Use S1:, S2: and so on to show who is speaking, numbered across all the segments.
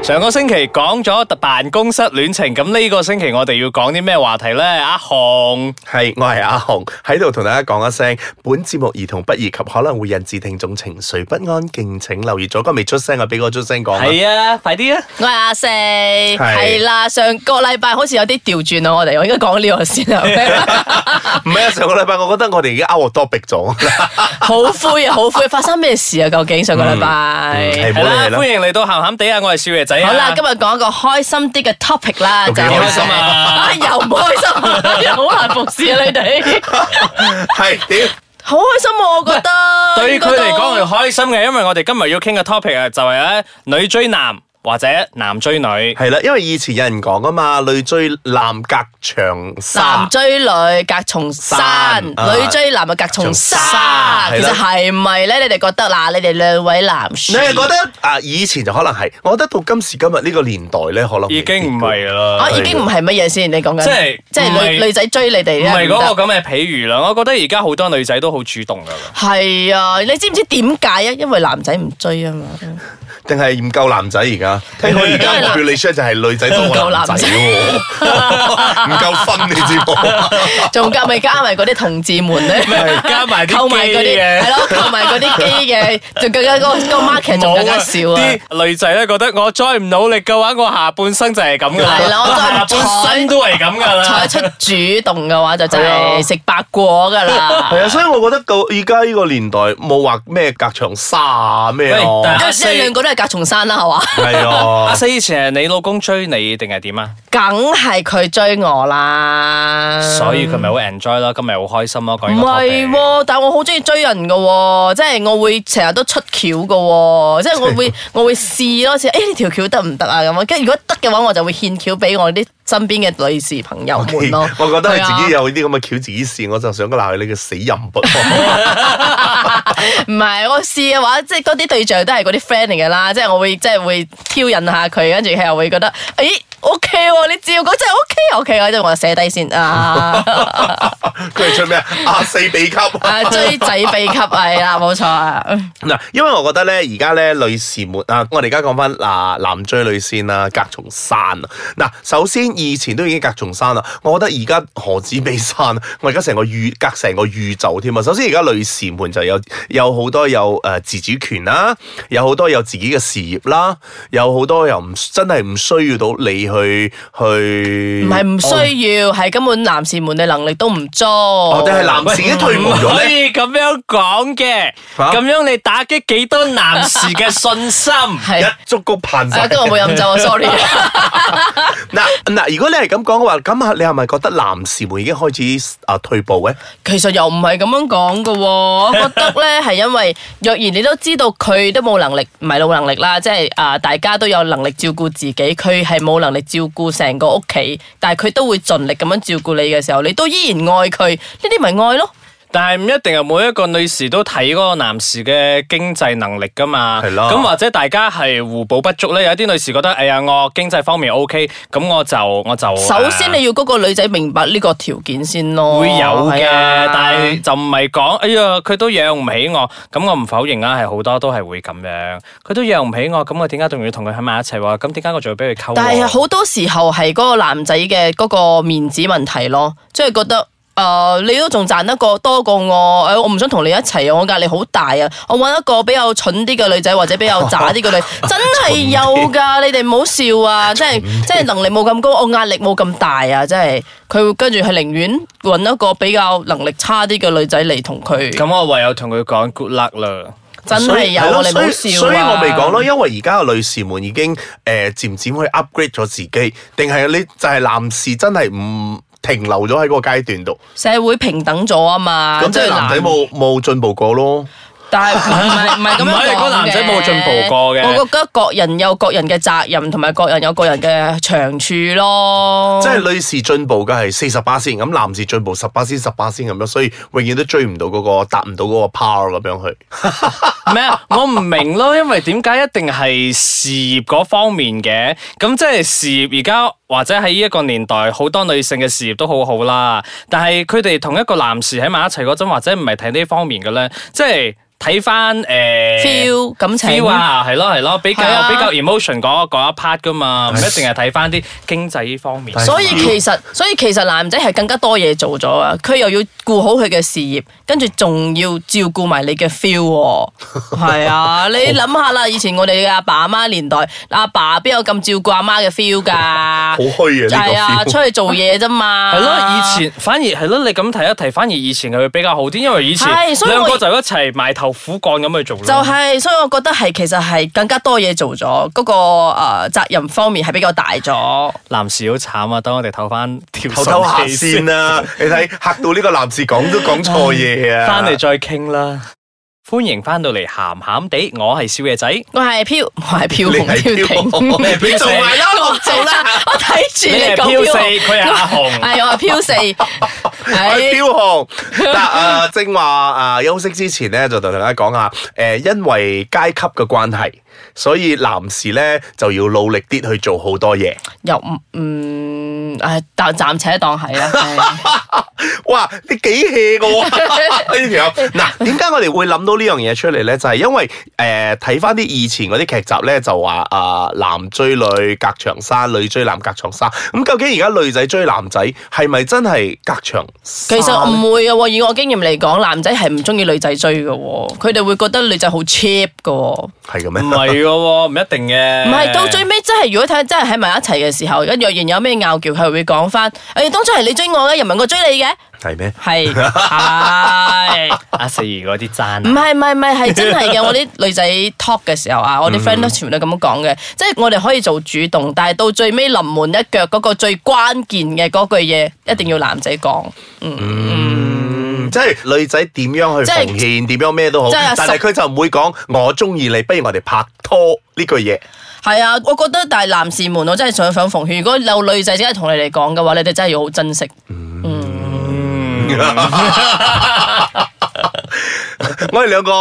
S1: 上個星期講咗辦公室戀情，咁呢個星期我哋要講啲咩話題呢？阿紅，
S2: 係，我係阿紅喺度同大家講一聲，本節目兒童不宜及可能會引致聽眾情緒不安，敬請留意。左哥未出聲啊，俾我出聲講啊。
S1: 係啊，快啲啊！
S3: 我係阿四，係啦，上個禮拜好似有啲調轉啊，我哋我應該講呢個先 啊，
S2: 唔係啊，上個禮拜我覺得我哋已經 out topic 咗。
S3: 好灰啊，好灰，發生咩事啊？究竟上個禮拜
S2: 係
S1: 係
S2: 冇理，
S1: 啦
S2: 啦
S1: 歡。迎嚟到鹹鹹地啊！我係少爺仔啊！
S3: 好啦，今日講一個開心啲嘅 topic 啦，
S2: 有幾
S3: 就係
S2: 嗯
S3: 哎
S2: 開心啊
S3: 又唔開 心，又好難服侍啊你哋，
S2: 係 屌，
S3: 好開心啊，我覺得
S1: 對佢嚟講係
S3: 係
S1: 開心嘅，因為我哋今日要傾嘅 topic 啊，就係咧女追男或者男追女。
S2: 係啦，因為以前有人講啊嘛，女追男隔長
S3: 男
S2: 沙。
S3: 追女隔重山，
S2: 山
S3: 女追男啊隔重山
S2: 重山。
S3: 其
S2: 係
S3: 實
S2: 啦
S3: 係咪咧？你哋覺得嗱，你哋兩位男士，
S2: 你係覺得啊？以前就可能係，我覺得到今時今日呢個年代咧，可能
S1: 已經唔係啦。
S3: 啊，已經唔係乜嘢先？你講緊
S1: 即係
S3: 即
S1: 唔
S3: 係
S1: 係
S3: 女女仔追你哋
S1: 唔
S3: 咧，
S1: 係嗰
S3: 個
S1: 個咁嘅譬喻啦，我覺得而家好多女仔都好主動噶啦。
S3: 係啊！你知唔知點解啊？因為男仔唔追啊嘛，
S2: 定係唔夠男仔而家？聽講而家
S3: 因為男
S2: population 就係女仔多過男仔喎， 唔夠分你知冇？
S3: 仲加咪加埋嗰啲同志們咧，
S1: 加埋 啲
S3: 購埋嗰
S1: 機
S3: 啲
S1: 嘅
S3: 係咯，購埋嗰啲機嘅，仲更加嗰個嗰個 market 仲更加少啊！
S1: 啲女仔咧覺得我再唔努力嘅話，我下半生就係咁噶啦。
S3: 係啦我再唔
S1: 下半生都係咁噶
S3: 採
S1: 啦。
S3: 出主動嘅話就真係食白果㗎啦。
S2: 係啊，所以我覺得到而家呢個年代冇話咩隔長沙啊咩咯
S1: 喂，但
S3: 因
S1: 阿
S3: 為
S1: 四
S3: 因為兩個都係隔重山啦，係嘛？
S2: 係
S1: 阿
S2: 啊，。
S1: 四以前係你老公追你定係點啊？
S3: 梗係佢追我啦。
S1: 所以佢咪好 enjoy 咯，今日好開心咯，講
S3: 唔
S1: 呢個 topic
S3: 係喎，但我好中意追人嘅喎，即係我會成日都出橋嘅喎，即係我會我會試咯，似誒呢條橋得唔得啊咁啊，跟住如果得嘅話，我就會獻橋俾我啲身邊嘅女士朋友們咯
S2: 我覺得佢自己
S3: 係啊
S2: 有啲咁嘅橋自己試，我就想鬧佢你個死淫不
S3: 唔係我試嘅話，即係嗰啲對象都係嗰啲 friend 嚟㗎啦，即係我會即係會挑釁下佢，跟住佢又會覺得誒 OK 喎，你照講真係 OK 啊 OK 啊，跟住我就寫低先啊。
S2: 佢係出咩啊啊？四比級
S3: 啊，追仔秘笈係啦，冇錯啊。
S2: 嗱，因為我覺得咧，而家咧女士們啊，我哋而家講翻嗱男追女先啦，隔重山啊。嗱，首先以前都已經隔重山啦，我覺得而家何止比山啊，我而家成個宇隔成個宇宙添啊。首先而家女士們就有有好多有誒、呃自主權啦，有好多有自己嘅事業啦，有好多又唔真係唔需要到你去去，
S3: 唔係唔需要，係根本男士們嘅能力都唔足。
S2: 哦，
S3: 我
S2: 定係男士已經退步
S1: 唔
S2: 咗
S1: 可
S2: 咧？
S1: 以咁樣講嘅，
S2: 嚇
S1: 咁樣你打擊幾多男士嘅信心？
S3: 係
S2: 一足高攀晒
S3: 啊，。跟住我冇飲酒啊，sorry。
S2: 嗱嗱，如果你係咁講嘅話，咁啊，你係咪覺得男士們已經開始啊退步咧？
S3: 其實又唔係咁樣講嘅喎，我覺得咧係因為若然你都知道佢都冇能力，唔係冇能力啦，即係啊、大家都有能力照顧自己，佢係冇能力照顧成個屋企，但係佢都會盡力咁樣照顧你嘅時候，你都依然愛佢，呢啲咪愛咯。
S1: 但係唔一定係啊每一個女士都睇嗰個男士嘅經濟能力噶嘛。
S2: 係啦
S1: 咁或者大家係互補不足咧，有啲女士覺得，哎呀，我經濟方面 O K，咁我就我就
S2: 啊
S3: 首先
S1: 呃
S3: 你要嗰個女仔明白呢個條件先咯，
S1: 會有嘅，
S3: 係啊
S1: 但係就唔係講，哎呀，佢都養唔起我，咁我唔否認啦，係好多都係會咁樣，佢都養唔起我，咁我點解仲要同佢喺埋一齊喎？咁點解我仲要俾佢溝我？
S3: 但係好啊多時候係嗰個男仔嘅嗰個面子問題咯，即係覺得。誒、你都仲賺得過多過我，誒、我唔想同你一齊啊！我壓力好大啊！我揾一個比較蠢啲嘅女仔，或者比較渣啲嘅女， 真係有㗎！你哋唔好笑啊！即係即係能力冇咁高，我壓力冇咁大啊！即係佢會跟住係寧願揾一個比較能力差啲嘅女仔嚟同佢，
S1: 咁我唯有同佢講 good luck 啦。
S3: 真係有
S2: 所以
S3: 啊！你
S2: 係
S3: 唔
S2: 咯
S3: 好笑啊！
S2: 所以所以我咪講咯，因為而家嘅女士們已經誒、呃、漸漸去 upgrade 咗自己，定係你就係男士真係唔停留咗喺嗰個階段度，
S3: 社會平等咗啊嘛，
S2: 咁即係
S3: 係
S2: 男仔冇冇進步過咯。
S3: 但係唔係唔係咁樣
S1: 唔係你覺
S3: 講
S1: 得男仔冇進步過嘅
S3: 我覺得各人有各人嘅責任，同埋各人有各人嘅長處咯。
S2: 即係女士進步嘅係四十八先，咁男士進步十八先、十八先咁樣，所以永遠都追唔到嗰、個達唔到嗰個 power 咁樣去。
S1: 咩啊？我唔明咯，因為點解一定係事業嗰方面嘅？咁即係事業而家或者喺呢一個年代，好多女性嘅事業都好好啦。但係佢哋同一個男士喺埋一齊嗰陣，或者唔係睇呢方面嘅咧，即係睇翻诶
S3: feel 感情
S1: feel 啊，係咯係咯，比較
S3: 係啊
S1: 比較 emotion 嗰嗰一 part 噶嘛，唔一定係睇翻啲經濟呢方面。
S3: 所以其實，所以其實男仔係更加多嘢做咗啊！佢又要顧好佢嘅事業，跟住仲要照顧埋你嘅 feel 喎。係啊，你諗下啦，以前我哋嘅阿爸阿媽年代，阿爸邊有咁照顧阿媽嘅 feel 㗎？
S2: 好虛啊呢個
S3: 係啊，
S2: feel
S3: 出去做嘢啫嘛。
S1: 係咯，以前反而係咯，你咁提一提，反而以前佢會比較好啲，因為以前
S3: 係所以
S1: 兩
S3: 我
S1: 個就一齊埋頭苦幹咁去做咯。
S3: 就係、所以我覺得係其實係更加多嘢做咗，嗰、個誒、呃、責任方面係比較大咗。
S1: 男士好慘啊！等我哋唞翻條
S2: 偷偷下
S1: 順氣
S2: 先啦、你睇嚇到呢個男士講都講錯嘢啊！
S1: 翻嚟再傾啦。歡迎翻到嚟鹹鹹地，我係少爺仔。
S3: 我係飄， 我係飄
S2: 你
S3: 紅
S2: 係飄
S3: 飄頂。
S2: 紅，
S1: 飄
S2: 你做埋啦，
S3: 我做啦，我睇住
S1: 你
S3: 你
S1: 係
S3: 講
S1: 飄
S3: 飄
S1: 四，
S3: 紅。
S1: 佢係阿紅。
S3: 係我係飄四，哎
S2: 我係
S3: 係
S2: 飄紅。嗱誒，正話啊，休息之前咧，就同大家講下誒，因為階級嘅關係，所以男士咧就要努力啲去做好多嘢。
S3: 又唔嗯，唉，但暫且當係啦。係啊
S2: 哇！你幾 hea 㗎喎 呢條友啊嗱，點解我哋會諗到呢樣嘢出嚟咧？就係、因為誒睇翻啲以前嗰啲劇集咧，就話啊、男追女隔長山，女追男隔長沙。咁究竟而家女仔追男仔係咪真係隔長
S3: 其
S2: 沙呢？
S3: 實唔會嘅喎，以我經驗嚟講，男仔係唔中意女仔追嘅喎，佢哋會覺得女仔好 cheap 嘅喎。
S2: 係咁
S1: 唔
S2: 咩？
S1: 係嘅喎，唔一定嘅。
S3: 唔係到最尾，真係如果睇真係喺埋一齊嘅時候，一若然有咩拗撬，佢會講翻：，誒、當初係你追我嘅，又唔係我追你嘅，
S2: 係咩？
S3: 係係。
S1: 阿四兒嗰啲讚
S3: 唔。係唔係唔係，係真係嘅。我啲女仔 talk 嘅時候啊，我啲 friend
S2: 嗯
S3: 都全部都咁講嘅，即係我哋可以做主動，但係到最尾臨門一腳嗰個最關鍵嘅嗰句嘢，一定要男仔講。
S2: 嗯，即係女仔點樣去
S3: 即係
S2: 奉獻，點樣咩都好，
S3: 即係阿
S2: 但係
S3: 十
S2: 佢就唔會講我中意你，不如我哋拍拖呢句 嘢。
S3: 係啊，我覺得但係男士們，我真係想想奉勸，如果有女仔真係同你哋講嘅話，你哋真係要好珍惜。
S2: 嗯
S3: 嗯
S1: 嗯
S2: 我哋兩個誒，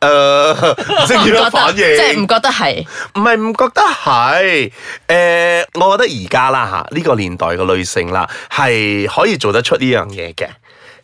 S2: 呃唔識點
S3: 覺
S2: 樣
S3: 得
S2: 反應，
S3: 即係唔覺得係。
S2: 唔係唔覺得係，誒、呃我覺得而家啦嚇，呢、個年代嘅女性啦，係可以做得出呢樣嘢嘅。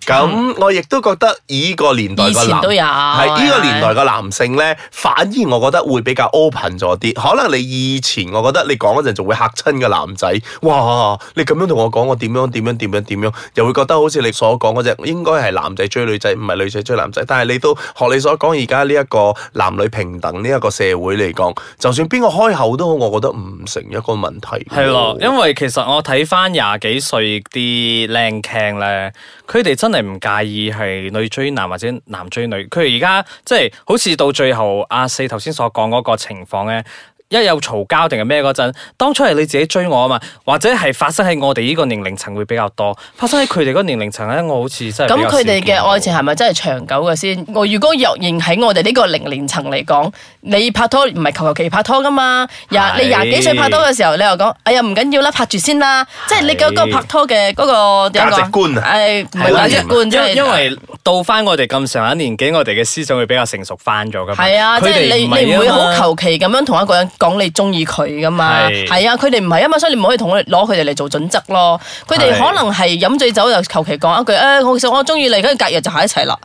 S2: 咁我亦都覺得依個年代
S3: 嗯以
S2: 嘅
S3: 前
S2: 男
S3: 都有
S2: 係依個年代嘅男性咧，反而我覺得會比較 open 咗啲。可能你以前我覺得你講嗰陣就會嚇親嘅男仔，哇！你咁樣同我講，我點樣點樣點樣點樣，又會覺得好似你所講嗰只應該係男仔追女仔，唔係女仔追男仔。但係你都學你所講，而家呢一個男女平等呢一個社會嚟講，就算邊個開口都好，我覺得唔成一個問題。
S1: 係咯，
S3: 哦
S1: 因為其實我睇翻廿幾歲啲靚劇咧，佢哋真係唔介意係女追男或者男追女。佢哋而家即係好似到最後阿四頭先所講嗰個情況咧。一有嘈交定係咩嗰陣，當初係你自己追我啊嘛，或者係發生喺我哋呢個年齡層會比較多，發生喺佢哋嗰個年齡層咧，我好似真係
S3: 咁
S1: 比較
S3: 佢
S1: 少
S3: 哋
S1: 見
S3: 嘅
S1: 到
S3: 愛情係咪真係長久嘅先？我如果若然喺我哋呢個零年層嚟講，你拍拖唔係求求其拍拖噶嘛？廿
S1: 係
S3: 你廿幾歲拍拖嘅時候，你又講哎呀唔緊要啦，拍住先啦。即係你嗰個拍拖嘅嗰個點講
S2: 價值觀啊
S3: 誒唔係
S2: 係啦
S3: 價值觀，即
S1: 因
S3: 係
S1: 因為到翻我哋咁上下年紀，我哋嘅思想會比較成熟翻咗噶嘛。
S3: 係啊，即
S1: 佢
S3: 係
S1: 哋
S3: 你
S1: 係
S3: 你唔會
S1: 啊嘛
S3: 好求其咁樣同一個人講你中意佢噶嘛？
S1: 係
S3: 係啊，佢哋唔係啊嘛，所以你唔可以同佢攞佢哋嚟做準則咯。佢哋
S1: 係
S3: 可能係飲醉酒就求其講一句，誒，我其實我中意你，跟住隔日就喺一 齊啦。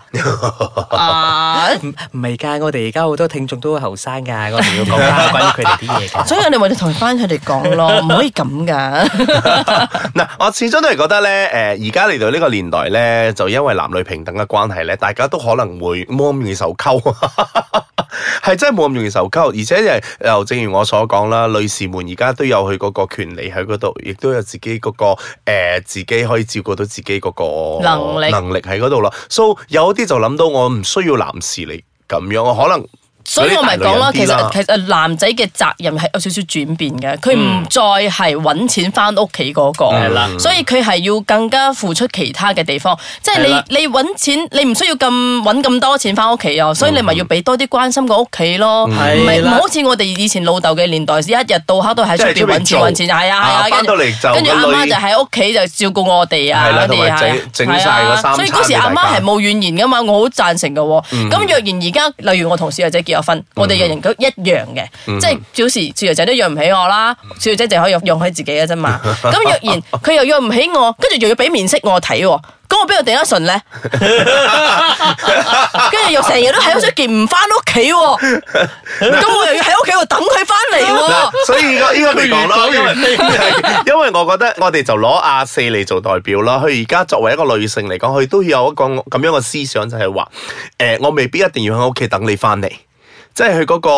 S3: 啊！
S1: 唔係㗎，我哋而家好多聽眾都好後生㗎， 我哋要講翻關於佢哋啲嘢㗎。
S3: 所以我哋咪要同翻佢哋 講咯，唔可以咁噶。
S2: 嗱，我始終都係覺得咧，誒而家嚟到呢個年代咧，就因為男女平等嘅關係咧，大家都可能會冇咁容易受溝， 係真係冇咁容易受溝，而且又又正如我所講啦，女士們而家都有佢嗰個權利喺嗰度，亦都有自己嗰、個、呃、自己可以照顧到自己嗰個
S3: 能力
S2: 能力喺嗰度啦。So 有啲就諗到我唔需要男士嚟咁樣，我可能。
S3: 所以我咪講
S2: 嗰啲大
S3: 咯，
S2: 女
S3: 其
S2: 人啲啦
S3: 實其實男仔嘅責任係有少少轉變嘅，佢
S2: 嗯
S3: 唔再係揾錢翻屋企嗰個，
S1: 係啦
S3: 所以佢係要更加付出其他嘅地方，即係
S1: 係啦
S3: 你你揾錢，你唔需要咁揾咁多錢翻屋企啊，所以你咪
S2: 嗯
S3: 要俾多啲關心個屋企咯，唔
S1: 係
S3: 係唔
S1: 啦
S3: 好似我哋以前老豆嘅年代，一日到黑都喺出邊揾
S2: 即
S3: 錢
S2: 係出邊做
S3: 揾錢，係啊係
S2: 啊
S3: 啊，
S2: 返到嚟就
S3: 跟住
S2: 個
S3: 阿
S2: 女
S3: 媽就喺屋企就照顧我哋啊
S2: 係啦
S3: 嗰
S2: 同
S3: 啲
S2: 埋
S3: 啊
S2: 整
S3: 係啊，
S2: 整晒嗰三餐
S3: 所以嗰時阿
S2: 俾大
S3: 媽
S2: 家嗯
S3: 係冇怨言噶嘛，我好贊成嘅喎。咁若然而家例如我同小女仔結咗婚，我哋嘅人都一樣嘅，
S2: 嗯
S3: 即係有時小女仔都養唔起我啦，小女仔淨可以養起自己嘅 啫嘛。咁若然佢又養唔起我，跟住又要俾面色我睇喎。咁我邊度頂得順 咧？跟住又成日都喺出邊唔翻屋企喎，咁我又要喺屋企度等佢翻 嚟喎。
S2: 嗱，所以呢個呢個未講咯，
S1: 越
S2: 因
S1: 講
S2: 為
S1: 越
S2: 因為我覺得我哋就攞阿四嚟做代表啦。佢而家作為一個女性嚟講，佢都有一個咁樣嘅思想，就係話誒，我未必一定要喺屋企等你翻嚟。即係佢嗰個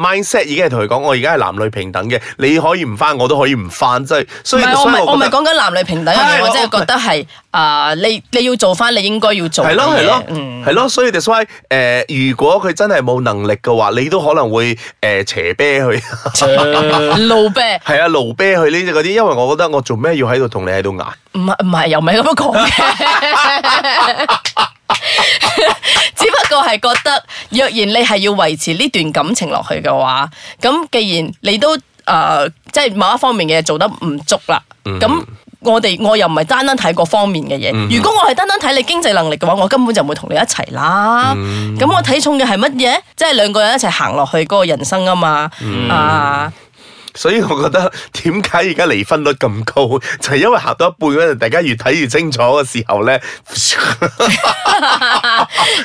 S2: mindset 已經係同佢講，我而家係男女平等嘅，你可以唔翻，我都可以唔翻，即係所
S3: 唔
S2: 以
S3: 係，我
S2: 所
S3: 唔
S2: 以
S3: 係我唔係
S2: 覺得
S3: 講緊男女平等嘅嘢，
S2: 係
S3: 我
S2: 我
S3: 真係覺得係啊，你你要做翻你應該要做嘅
S2: 係咯係
S3: 嘢
S2: 咯，
S3: 嗯，
S2: 係咯，所以 that's why 誒，如果佢真係冇能力嘅話，你都可能會誒斜啤佢。
S3: 路嗯啤
S2: 係啊，路啤佢呢啲嗰啲，因為我覺得我做咩要喺度同你喺度捱？
S3: 唔係唔係，又唔係咁樣講嘅。 只不過係覺得，若然你係要維持呢段感情落去嘅話，咁既然你都誒、呃即係某一方面嘅嘢做得唔足啦，咁、我哋我又唔係單單睇嗰方面嘅嘢。如果我係單單睇你經濟能力嘅話，我根本就唔會同你一齊啦。咁、我睇重嘅係乜嘢？即係兩個人一齊行落去嗰個人生啊嘛。啊，
S2: 所以我覺得點解而家離婚率咁高， 就係因為行到一半嗰陣，大家越睇越清楚嘅時候咧，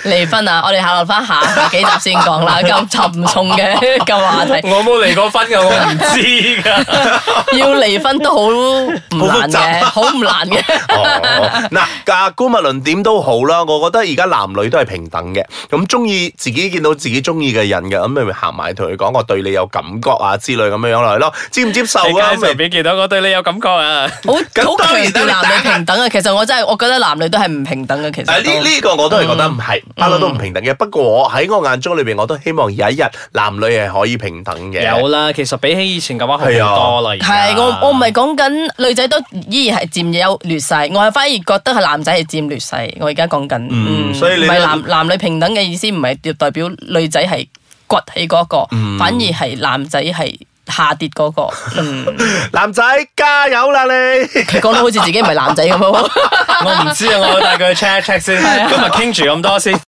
S3: 離婚啊！我哋下落翻下下幾集先 講啦，咁沉重嘅 嘅話題。
S1: 我冇離過婚㗎，我唔知 㗎。
S3: 要離婚都好唔難嘅，好
S2: 好
S3: 唔難嘅。
S2: 哦，嗱，價姑勿論點都好啦，我覺得而家男女都係平等嘅，咁中意自己見到自己中意嘅人嘅，咁咪咪行埋同佢講我對你有感覺啊之類咁樣樣落去咯，接唔接受
S1: 你
S2: 啊？
S1: 街
S2: 咁
S1: 上
S2: 咪
S1: 邊見到我對你有感覺啊？
S3: 好
S2: 咁
S3: 好
S2: 當
S3: 強
S2: 然
S3: 調
S2: 啦
S3: 男女平等啊！其實我真係，我覺得男女都係唔平等嘅。其實
S2: 啊！呢
S3: 都
S2: 呢個我都係覺得唔係，
S1: 嗯
S2: 不嬲都唔平等嘅。不過喺我眼中裏邊，我都希望有一日男女係可以平等嘅。
S1: 有啦，其實比起以前嘅話好
S2: 係啊
S1: 好多啦。而家
S3: 係我我唔 係講緊女仔都依然係佔有劣勢，我係反而覺得係男仔係佔劣勢。我而家講緊，
S2: 嗯所以你
S3: 唔係
S2: 都
S3: 男男女平等嘅意思，唔係代表女仔係崛起嗰個，
S2: 嗯
S3: 反而係男仔係下跌嗰個。嗯，
S2: 男仔加油啦你！
S3: 佢講到好似自己唔係男仔咁喎。啊
S1: 我唔知啊，我帶佢去 check check 先。今日傾住咁多先。